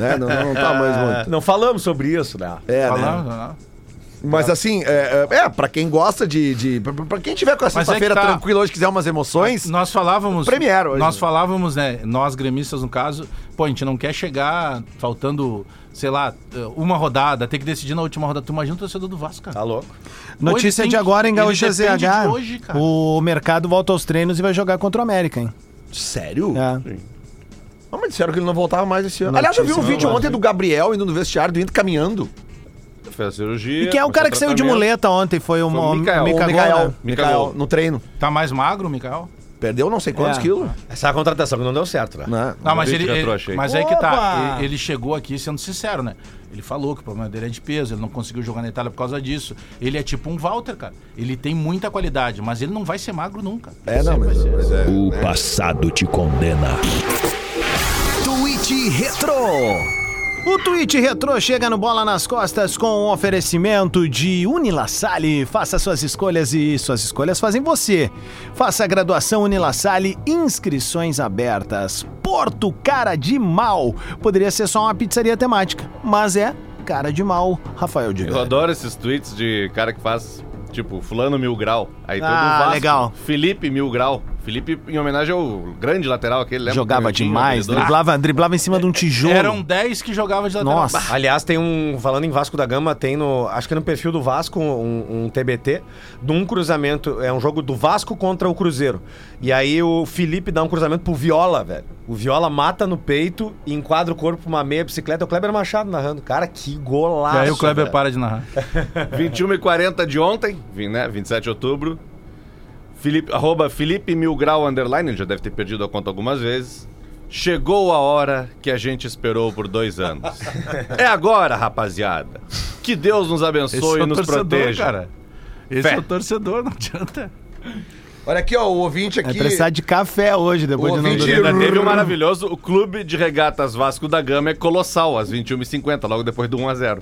Né? Não, não tá mais É. muito. Não falamos sobre isso, né? É, né? Falando, né? Mas assim, é, é, é, pra quem gosta de. de pra, pra quem tiver com a que sexta-feira tá- tranquila hoje, quiser umas emoções. Nós falávamos. Premier hoje, Nós né? falávamos, né? Nós gremistas, no caso, pô, a gente não quer chegar faltando, sei lá, uma rodada, ter que decidir na última rodada. Tu imagina o torcedor do Vasco, cara. Tá louco. Notícia tem de que- agora em ele Gaúcha depende ZH. de hoje, cara. É. o mercado volta aos treinos e vai jogar contra o América, hein? Sério? É. Ah, mas disseram que ele não voltava mais esse ano. Aliás, eu vi um vídeo ontem do Gabriel indo no vestiário, do indo caminhando. Fez a cirurgia. E quem é o começou cara que saiu de tratamento. muleta ontem? Foi o Foi o Mo- Mikael. Mika Ô, Gol, Mikael, né? Mikael, no treino. Tá mais magro, Mikael? Perdeu não sei quantos É. quilos. Essa é a contratação que não deu certo, né? Né? Não, mas vi ele, que entrou, ele- achei. mas aí que tá. Opa! Ele, ele chegou aqui sendo sincero, né? Ele falou que o problema dele é de peso, ele não conseguiu jogar na Itália por causa disso. Ele é tipo um Walter, cara. Ele tem muita qualidade, mas ele não vai ser magro nunca. É, não, Sempre mas, vai ser. mas é. O passado te condena. Tweet Retro. O tweet retrô chega no Bola nas Costas com um oferecimento de Unilassale. Faça suas escolhas e suas escolhas fazem você. Faça a graduação Unilassale, inscrições abertas. Porto Cara de Mal. Poderia ser só uma pizzaria temática, mas é Cara de Mal, Rafael Eu Diga. adoro esses tweets de cara que faz, tipo, fulano mil grau. Aí todo Ah, Vasco, legal. Felipe mil grau. Felipe, em homenagem ao grande lateral aquele, lembra? Jogava Canhotinho, demais, né? habilidoso. driblava, driblava em cima de um é. tijolo. Eram 10 que jogavam de lateral. Nossa. Aliás, tem um. Falando em Vasco da Gama, tem no. Acho que é no perfil do Vasco um, um TBT de um cruzamento. É um jogo do Vasco contra o Cruzeiro. E aí o Felipe dá um cruzamento pro Viola, velho. O Viola mata no peito e enquadra o corpo pra uma meia bicicleta. É o Kleber Machado narrando. Cara, que golaço. E aí o Kleber velho. para de narrar. 21 e 40 de ontem, vi- né? 27 de outubro. Felipe, arroba Felipe Milgrau Underline, ele já deve ter perdido a conta algumas vezes. Chegou a hora que a gente esperou por dois anos. é agora, rapaziada. Que Deus nos abençoe e nos proteja. cara. Esse Fé. é o torcedor, não adianta. Olha aqui, ó, o ouvinte É aqui. Vai precisar de café hoje, depois O de não ouvinte- E dormir. ainda teve um o maravilhoso, o clube de regatas Vasco da Gama é colossal, às 21h50, logo depois do 1x0.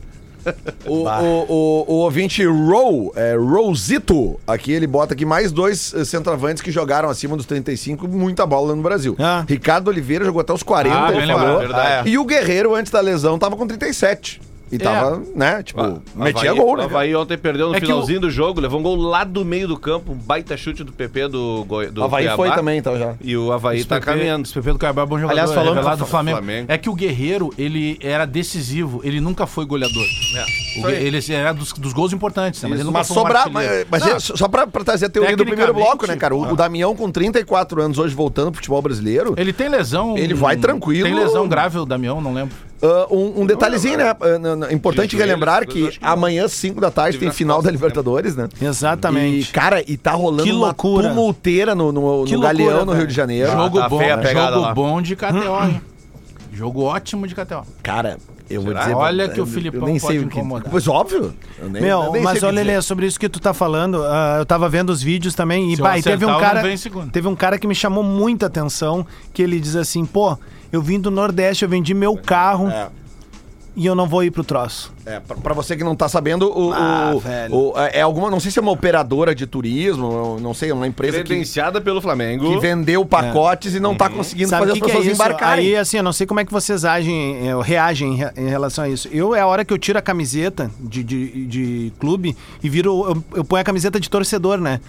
O, o, o, o ouvinte Row, é, Rosito, aqui ele bota aqui mais dois eh, centroavantes que jogaram acima dos 35, muita bola no Brasil. Ah. Ricardo Oliveira jogou até os 40, Ah, ele bem falou. lembrado, verdade. é. E o Guerreiro, antes da lesão, tava com 37. E tava, né, tipo, Ah, metia gol, O né? Havaí ontem perdeu no É que finalzinho do jogo, levou um gol lá do meio do campo, um baita chute do PP do Goi- do O Havaí foi Cuiabá. também, então, já. E o Havaí tá caminhando. Esse PP do Cuiabá é bom jogador. Aliás, é falando revelado do do Flamengo. Flamengo. É que o Guerreiro, ele era decisivo, ele nunca foi goleador. É. O Gue- ele era dos, dos gols importantes, né? Mas ele nunca Mas foi um sobrar, artilheiro. mas, mas é só pra, pra trazer a teoria do primeiro bloco, né, cara? O, ah. o Damião com 34 anos hoje voltando pro futebol brasileiro. Ele tem lesão. Ele vai tranquilo. Tem lesão grave, o Damião, não lembro. Ah, um, um detalhezinho, né? Ah, n- n- Importante De joelho, relembrar essas coisas, que acho que não. amanhã, 5 da tarde, Tive tem nas final da costas, Libertadores, né? Exatamente. E, cara, e tá rolando Que uma loucura. tumulteira no, no, Que no Galeão, loucura, no Rio de Janeiro. jogo tá bom, feia a né? pegada jogo lá. bom de KTO, hein? Hum. jogo ótimo de KTO. Cara, eu vou Será? dizer... Olha que o eu Filipão nem sei pode o que... incomodar. Pois óbvio. Eu nem- eu Meu, nem mas sei o que olha, dizer. Lê, sobre isso que tu tá falando, ah, eu tava vendo os vídeos também e, Se eu bah, e teve acertar, um eu não cara, venho em segundo. teve um cara que me chamou muita atenção, que ele diz assim, pô, eu vim do Nordeste, eu vendi meu carro É. e eu não vou ir pro troço. É, pra, pra você que não tá sabendo, o, Ah, o- velho. o- é é alguma... Não sei se é uma operadora de turismo, não sei, é uma empresa que, Credenciada pelo Flamengo. que vendeu pacotes e não tá conseguindo Sabe fazer o as que, que é pessoas isso? embarcarem. Aí, assim, eu não sei como é que vocês agem, eh, reagem em re- em relação a isso. Eu, é a hora que eu tiro a camiseta de, de, de clube e viro, eu, eu ponho a camiseta de torcedor, né?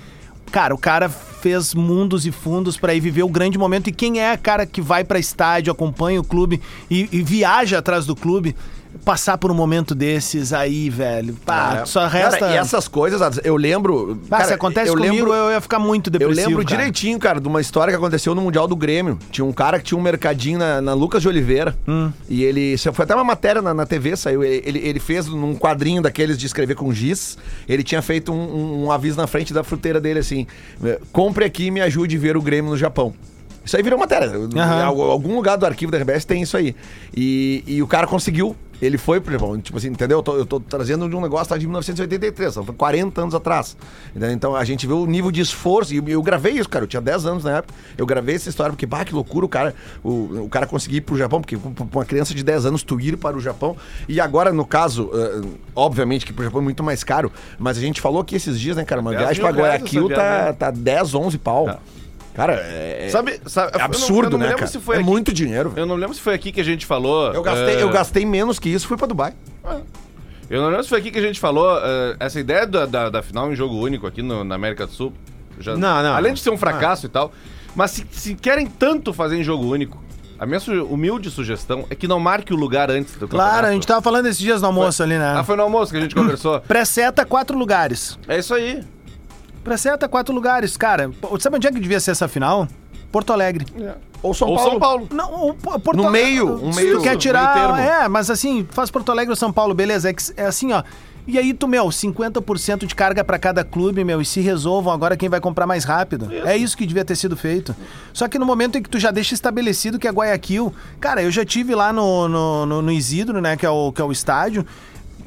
Cara, o cara fez mundos e fundos pra ir viver o grande momento. E quem é a cara que vai pra estádio, acompanha o clube e, e viaja atrás do clube? Passar por um momento desses aí, velho. Pá, É. só resta. Cara, e essas coisas, eu lembro. Ah, cara, se acontece eu comigo, lembro, eu ia ficar muito eu depressivo. lembro cara. direitinho, cara, de uma história que aconteceu no Mundial do Grêmio. Tinha um cara que tinha um mercadinho na, na Lucas de Oliveira. Hum. E ele. isso Foi até uma matéria na, na TV, saiu. Ele, ele, ele fez num quadrinho daqueles de escrever com giz. Ele tinha feito um, um- um aviso na frente da fruteira dele assim: compre aqui e me ajude a ver o Grêmio no Japão. Isso aí virou matéria. Em algu- Algum lugar do arquivo da RBS tem isso aí. E, e o cara conseguiu. Ele foi pro Japão, tipo assim, entendeu? Eu tô, eu tô trazendo de um negócio tá, de 1983, são 40 anos atrás. Entendeu? Então a gente vê o nível de esforço. E eu- eu gravei isso, cara. Eu tinha 10 anos na época. Eu gravei essa história, porque, bah, que loucura o cara, o, o cara conseguir ir pro Japão, porque pra uma criança de 10 anos tu ir para o Japão. E agora, no caso, eh, obviamente que pro Japão é muito mais caro, mas a gente falou aqui esses dias, né, cara? Uma 10 viagem pra mil reais Guayaquil essa viagem, tá, né? tá Tá. 10, 11 pau. Cara, é. Sabe, sabe- eu É não- absurdo, eu não né, lembro cara? se foi é aqui- muito dinheiro, velho. Eu não lembro se foi aqui que a gente falou. Eu gastei, eh, eu gastei menos que isso, fui pra Dubai. Eu não lembro se foi aqui que a gente falou. eh, essa ideia da, da, da final em jogo único aqui no- na América do Sul. já- Não, não. Além de ser um fracasso e tal. Mas se, se querem tanto fazer em jogo único, a minha su- humilde sugestão é que não marque o lugar antes do Claro, a gente tava falando esses dias no almoço ali, né? Ah, foi no almoço que a gente conversou. Preseta quatro lugares. É isso aí. Preseta quatro lugares, cara. Pô, Sabe onde é que devia ser essa final? Porto Alegre. Ou São Ou Paulo. São Paulo. Não, o P- Porto No Alegre- meio, um se meio- tu quer meio tirar, termo. é, mas assim, faz Porto Alegre ou São Paulo, beleza, é, que- é assim, ó. E aí tu, meu, 50% de carga pra cada clube, meu, e se resolvam agora quem vai comprar mais rápido. É isso que devia ter sido feito. Só que no momento em que tu já deixa estabelecido que é Guayaquil, cara, eu já tive lá no, no, no- no Isidro, né, que é o, que é o estádio,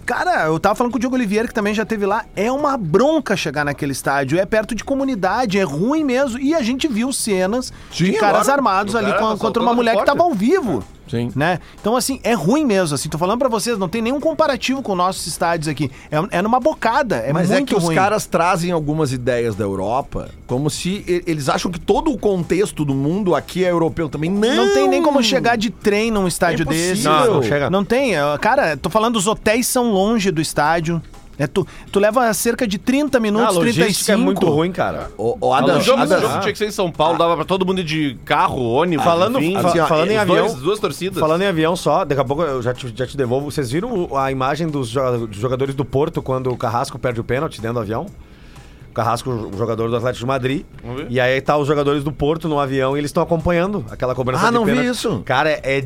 Cara, eu tava falando com o Diogo Oliveira, que também já teve lá. É uma bronca chegar naquele estádio. É perto de comunidade, é ruim mesmo. E a gente viu cenas de Sim, caras claro. armados O ali cara co- assaltou contra uma o mulher que repórter. tava ao vivo. Sim. Né? Então, assim, é ruim mesmo. Assim, tô falando pra vocês, não tem nenhum comparativo com nossos estádios aqui. É, é numa bocada. É Mas muito é que ruim. os caras trazem algumas ideias da Europa, como se e- eles acham que todo o contexto do mundo aqui é europeu também. Não, Não tem nem como chegar de trem num estádio desse. impossível. Não, não chega. Não tem. eh, Cara, tô falando, os hotéis são longe do estádio. É, tu, tu leva cerca de 30 A minutos, logística 35. é muito ruim, cara. O, O Adam, jogo, esse Adam, jogo tinha que ser em São Paulo, dava pra todo mundo ir de carro, ônibus, Falando, enfim. fa- assim, ó, falando em Os avião, dois- duas torcidas. falando em avião só, daqui a pouco eu já te, já te devolvo. Vocês viram o- a imagem dos jo- dos jogadores do Porto quando o Carrasco perde o pênalti dentro do avião? O Carrasco, o jogador do Atlético de Madrid. Vamos ver. E aí tá os jogadores do Porto no avião e eles estão acompanhando aquela cobrança Ah, de não vi pênalti. isso. Cara, é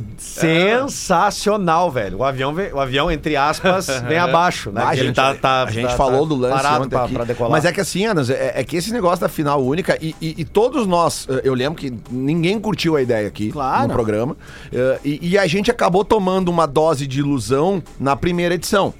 sensacional, velho. O avião, vem- o avião entre aspas, vem abaixo, né? Ah, a Ele gente, tá- tá- a gente tá- falou tá do lance parado ontem pra, aqui. pra decolar. Mas é que assim, Anas, é, é que esse negócio da final única, e, e- e todos nós, eh, eu lembro que ninguém curtiu a ideia aqui no programa, eh, e, e a gente acabou tomando uma dose de ilusão na primeira edição.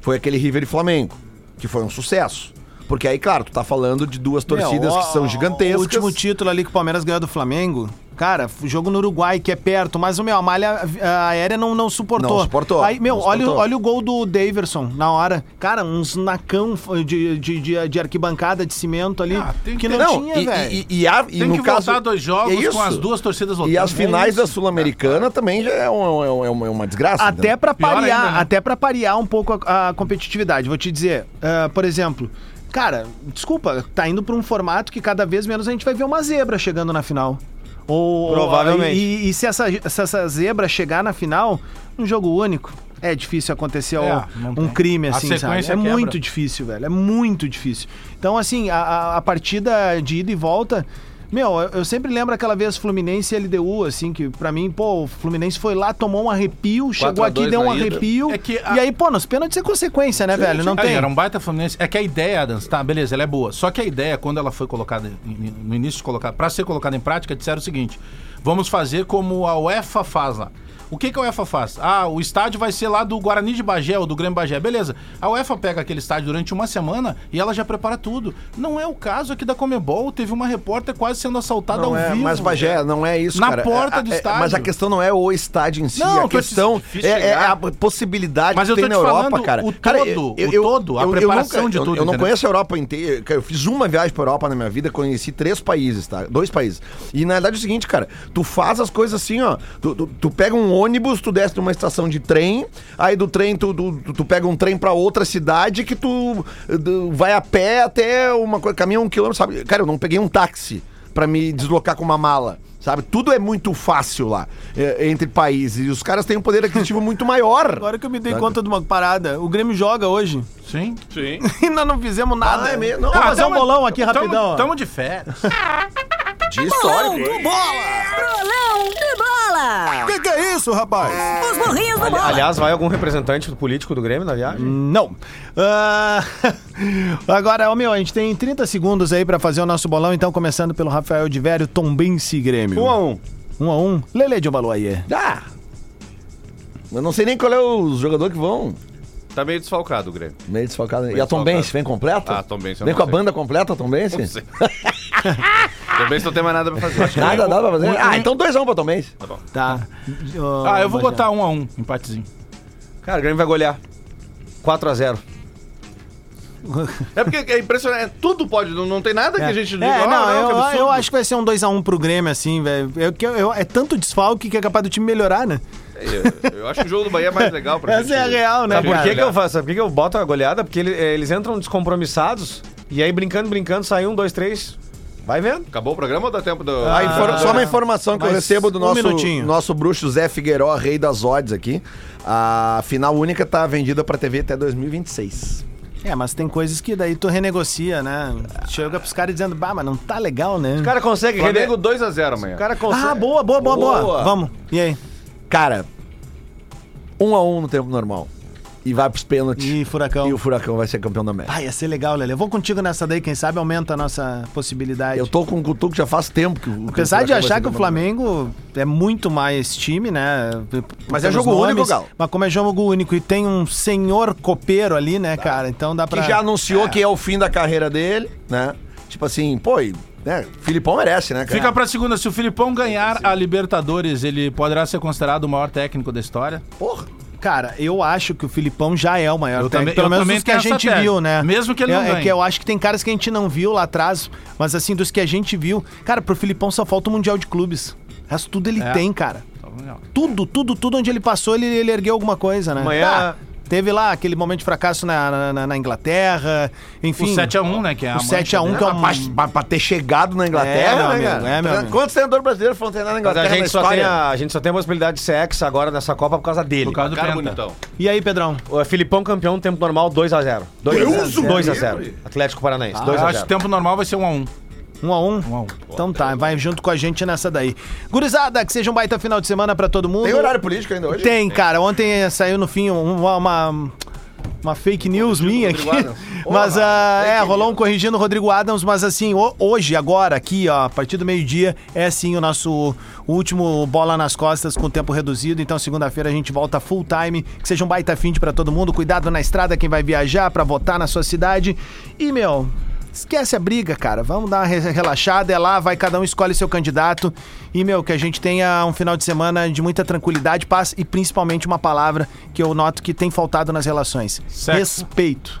Foi aquele River e Flamengo, que foi um sucesso. Porque aí, claro, tu tá falando de duas torcidas Meu, que são o- gigantescas. O último título ali que o Palmeiras ganhou do Flamengo. Cara, f- jogo no Uruguai, que é perto, mas o meu, a malha a- aérea não, não suportou. Não suportou, Aí, meu, não olha, o- suportou. olha o gol do Daverson na hora. Cara, uns nacão f- de, de, de, de arquibancada de cimento ali. Ah, tem que, que não, ter- tinha, e, velho. e, e, a, e Tem no que caso, voltar dois jogos é isso. com as duas torcidas E lotadas. as É finais isso. da Sul-Americana também já é, um- é um- é uma, é uma desgraça. Até entendeu? pra Pior parear, ainda, né? até para parear um pouco a, a competitividade. Vou te dizer, ah, por exemplo, cara, desculpa, tá indo pra um formato que cada vez menos a gente vai ver uma zebra chegando na final. Ou, Provavelmente. E, e se, essa, se essa zebra chegar na final, um jogo único. É difícil acontecer um- não um tem. crime A assim, sabe? É sequência quebra. muito difícil, velho. É muito difícil. Então, assim, a, a- a partida de ida e volta. Meu, eu, eu sempre lembro aquela vez Fluminense e LDU, assim, que pra mim, pô, o Fluminense foi lá, tomou um arrepio, chegou 4 a aqui, 2 deu um na ida. arrepio. É que a- E aí, pô, nos pênaltis é consequência, né, velho? Não Ah, tem. Era um baita Fluminense. É que a ideia, Adams, tá, beleza, ela é boa. Só que a ideia, quando ela foi colocada, em- no início de colocar, pra ser colocada em prática, disseram o seguinte: vamos fazer como a UEFA faz lá. O que, que a UEFA faz? Ah, o estádio vai ser lá do Guarani de Bagé ou do Grêmio Bagé. Beleza. A UEFA pega aquele estádio durante uma semana e ela já prepara tudo. Não é o caso aqui da Comebol. Teve uma repórter quase sendo assaltada Não ao é, vivo. mas Bagé, não é isso, Na cara. porta É, do é, estádio. mas a questão não é o estádio em si, Não, a eu tô te- questão é, difícil é chegar. a possibilidade Mas que eu tem tô na te Europa, falando cara. o Cara, todo, o todo, a preparação nunca- de eu- tudo, Eu, não entendeu? conheço a Europa inteira. cara, Eu fiz uma viagem pra Europa na minha vida, conheci três países, tá? Dois países. E na verdade é o seguinte, cara, tu faz as coisas assim, ó. Tu, tu- tu pega um ônibus, tu desce numa estação de trem, aí do trem tu, tu- tu- tu pega um trem pra outra cidade que tu, eh, tu vai a pé até uma coisa, caminha um quilômetro, sabe? Cara, eu não peguei um táxi pra me deslocar com uma mala. Sabe, tudo é muito fácil lá, eh, entre países. E os caras têm um poder aquisitivo muito maior. Agora que eu me dei conta de uma parada, o Grêmio joga hoje. Sim. Sim. E nós não fizemos nada. Ah, é mesmo? Não, Vamos ah, fazer um tamo- bolão aqui tamo- rapidão. ó. Tamo de férias. De histórico. Bolão de bola! Que que é isso, rapaz? Os burrinhos do bola! Aliás, vai algum representante do político do Grêmio na viagem? Não. Ah, agora, ô meu, a gente tem 30 segundos aí pra fazer o nosso bolão, então começando pelo Rafael de Vério, Tombense e Grêmio. 1 Um a a um. 1. Um a um. Lele de Obaluayê. Dá. Ah, Eu não sei nem qual é o jogador que vão. Tá meio desfalcado o Grêmio. Meio desfalcado. E Meio a Tom desfalcado. Benz, vem completa? Ah, Tom Benz, eu Vem não com a sei. banda completa, Tom Benz? Não sei. Também se não tem mais nada pra fazer. é Nada, nada pra fazer. Ah, então 2x1 um pra Tom Benz. Tá. Ô, Ah, eu vou Bagé. botar um a um, empatezinho. Cara, o Grêmio vai golear. 4x0. É porque é impressionante. é, Tudo pode, não, não tem nada que a gente É, não, "Ah, que eu, absurdo". eu acho que vai ser um 2x1 pro Grêmio, assim, velho. É que eu- eu- é tanto desfalque que é capaz do time melhorar, né? Eu, eu acho que o jogo do Bahia é mais legal pra Essa gente. é a real, né, Sabe Por cara? que, que eu faço? Por que, que eu boto a goleada? Porque ele- eh, eles entram descompromissados e aí brincando, brincando, sai um, dois, três. Vai vendo. Acabou o programa ou dá tempo do. Ah, infor- só uma informação que eu Mas recebo do um nosso, minutinho. nosso bruxo Zé Figueiró, rei das odds aqui. A final única tá vendida pra TV até 2026. É, mas tem coisas que daí tu renegocia, né? Chega pros caras dizendo, bah, mas não tá legal, né? Os cara consegue Flamengo 2x0 amanhã. O cara consegue. Ah, boa, boa, boa, boa, Vamos. E aí? Cara, um a um no tempo normal. E vai pros pênaltis. E Então. Furacão. E o Furacão vai ser campeão da América. Ah, ia ser legal, Lele. Eu vou contigo nessa daí, quem sabe aumenta a nossa possibilidade. Eu tô com o Cutuco já faz tempo que o. Apesar que de o Furacão vai ser achar que o campeão da América. Flamengo é muito mais time, né? Mas é Pelos jogo único, Gal. Mas como é jogo único e tem um senhor copeiro ali, né, cara? Então dá pra. Tá. Que já anunciou que é o fim da carreira dele, né? Tipo assim, pô, e, né? Filipão merece, né, cara? Fica pra segunda. Se o Filipão ganhar a Libertadores, ele poderá ser considerado o maior técnico da história? Porra. Cara, eu acho que o Filipão já é o maior. Eu técnico, também- pelo eu menos também dos que a tenho essa gente tese. viu, né? Mesmo que ele é, não É ganhe. que eu acho que tem caras que a gente não viu lá atrás, mas assim, dos que a gente viu. Cara, pro Filipão só falta o Mundial de Clubes. O resto tudo ele É. tem, cara. Tudo, tudo, tudo onde ele passou, ele, ele ergueu alguma coisa, né? Amanhã- Tá, Teve lá aquele momento de fracasso na, na, na Inglaterra, O enfim. 7x1, né? Que é O a mancha 7x1 dele. que é Ah, pra, um... pra- pra ter chegado na Inglaterra, É, meu né, amigo, cara? é, meu amigo. Quantos treinadores brasileiros foram treinar na Mas Inglaterra a gente, na só história? tem a, a gente só tem a possibilidade de ser ex agora nessa Copa por causa dele. Por causa do Cara Penta. bonitão. E aí, Pedrão? O Filipão campeão, tempo normal 2x0. 2x0. 2x0. Atlético Paranaense, Ah, Eu acho que o 2x0. tempo normal vai ser 1x1. 1 a 1 1 a 1. Então tá, vai junto com a gente nessa daí. Gurizada, que seja um baita final de semana pra todo mundo. Tem horário político ainda hoje? Tem, cara. Ontem saiu no fim um, uma. uma... uma fake news minha aqui. Mas ah, é, rolou um corrigindo o Rodrigo Adams, mas assim, ho- hoje, agora, aqui, ó, a partir do meio-dia, é sim o nosso último bola nas costas com tempo reduzido. Então, segunda-feira a gente volta full time. Que seja um baita fim de pra todo mundo. Cuidado na estrada, quem vai viajar pra votar na sua cidade. E, meu, esquece a briga, cara. Vamos dar uma re- relaxada, é lá, vai cada um escolhe seu candidato. E, meu, que a gente tenha um final de semana de muita tranquilidade, paz e principalmente uma palavra que eu noto que tem faltado nas relações: Sexo. respeito.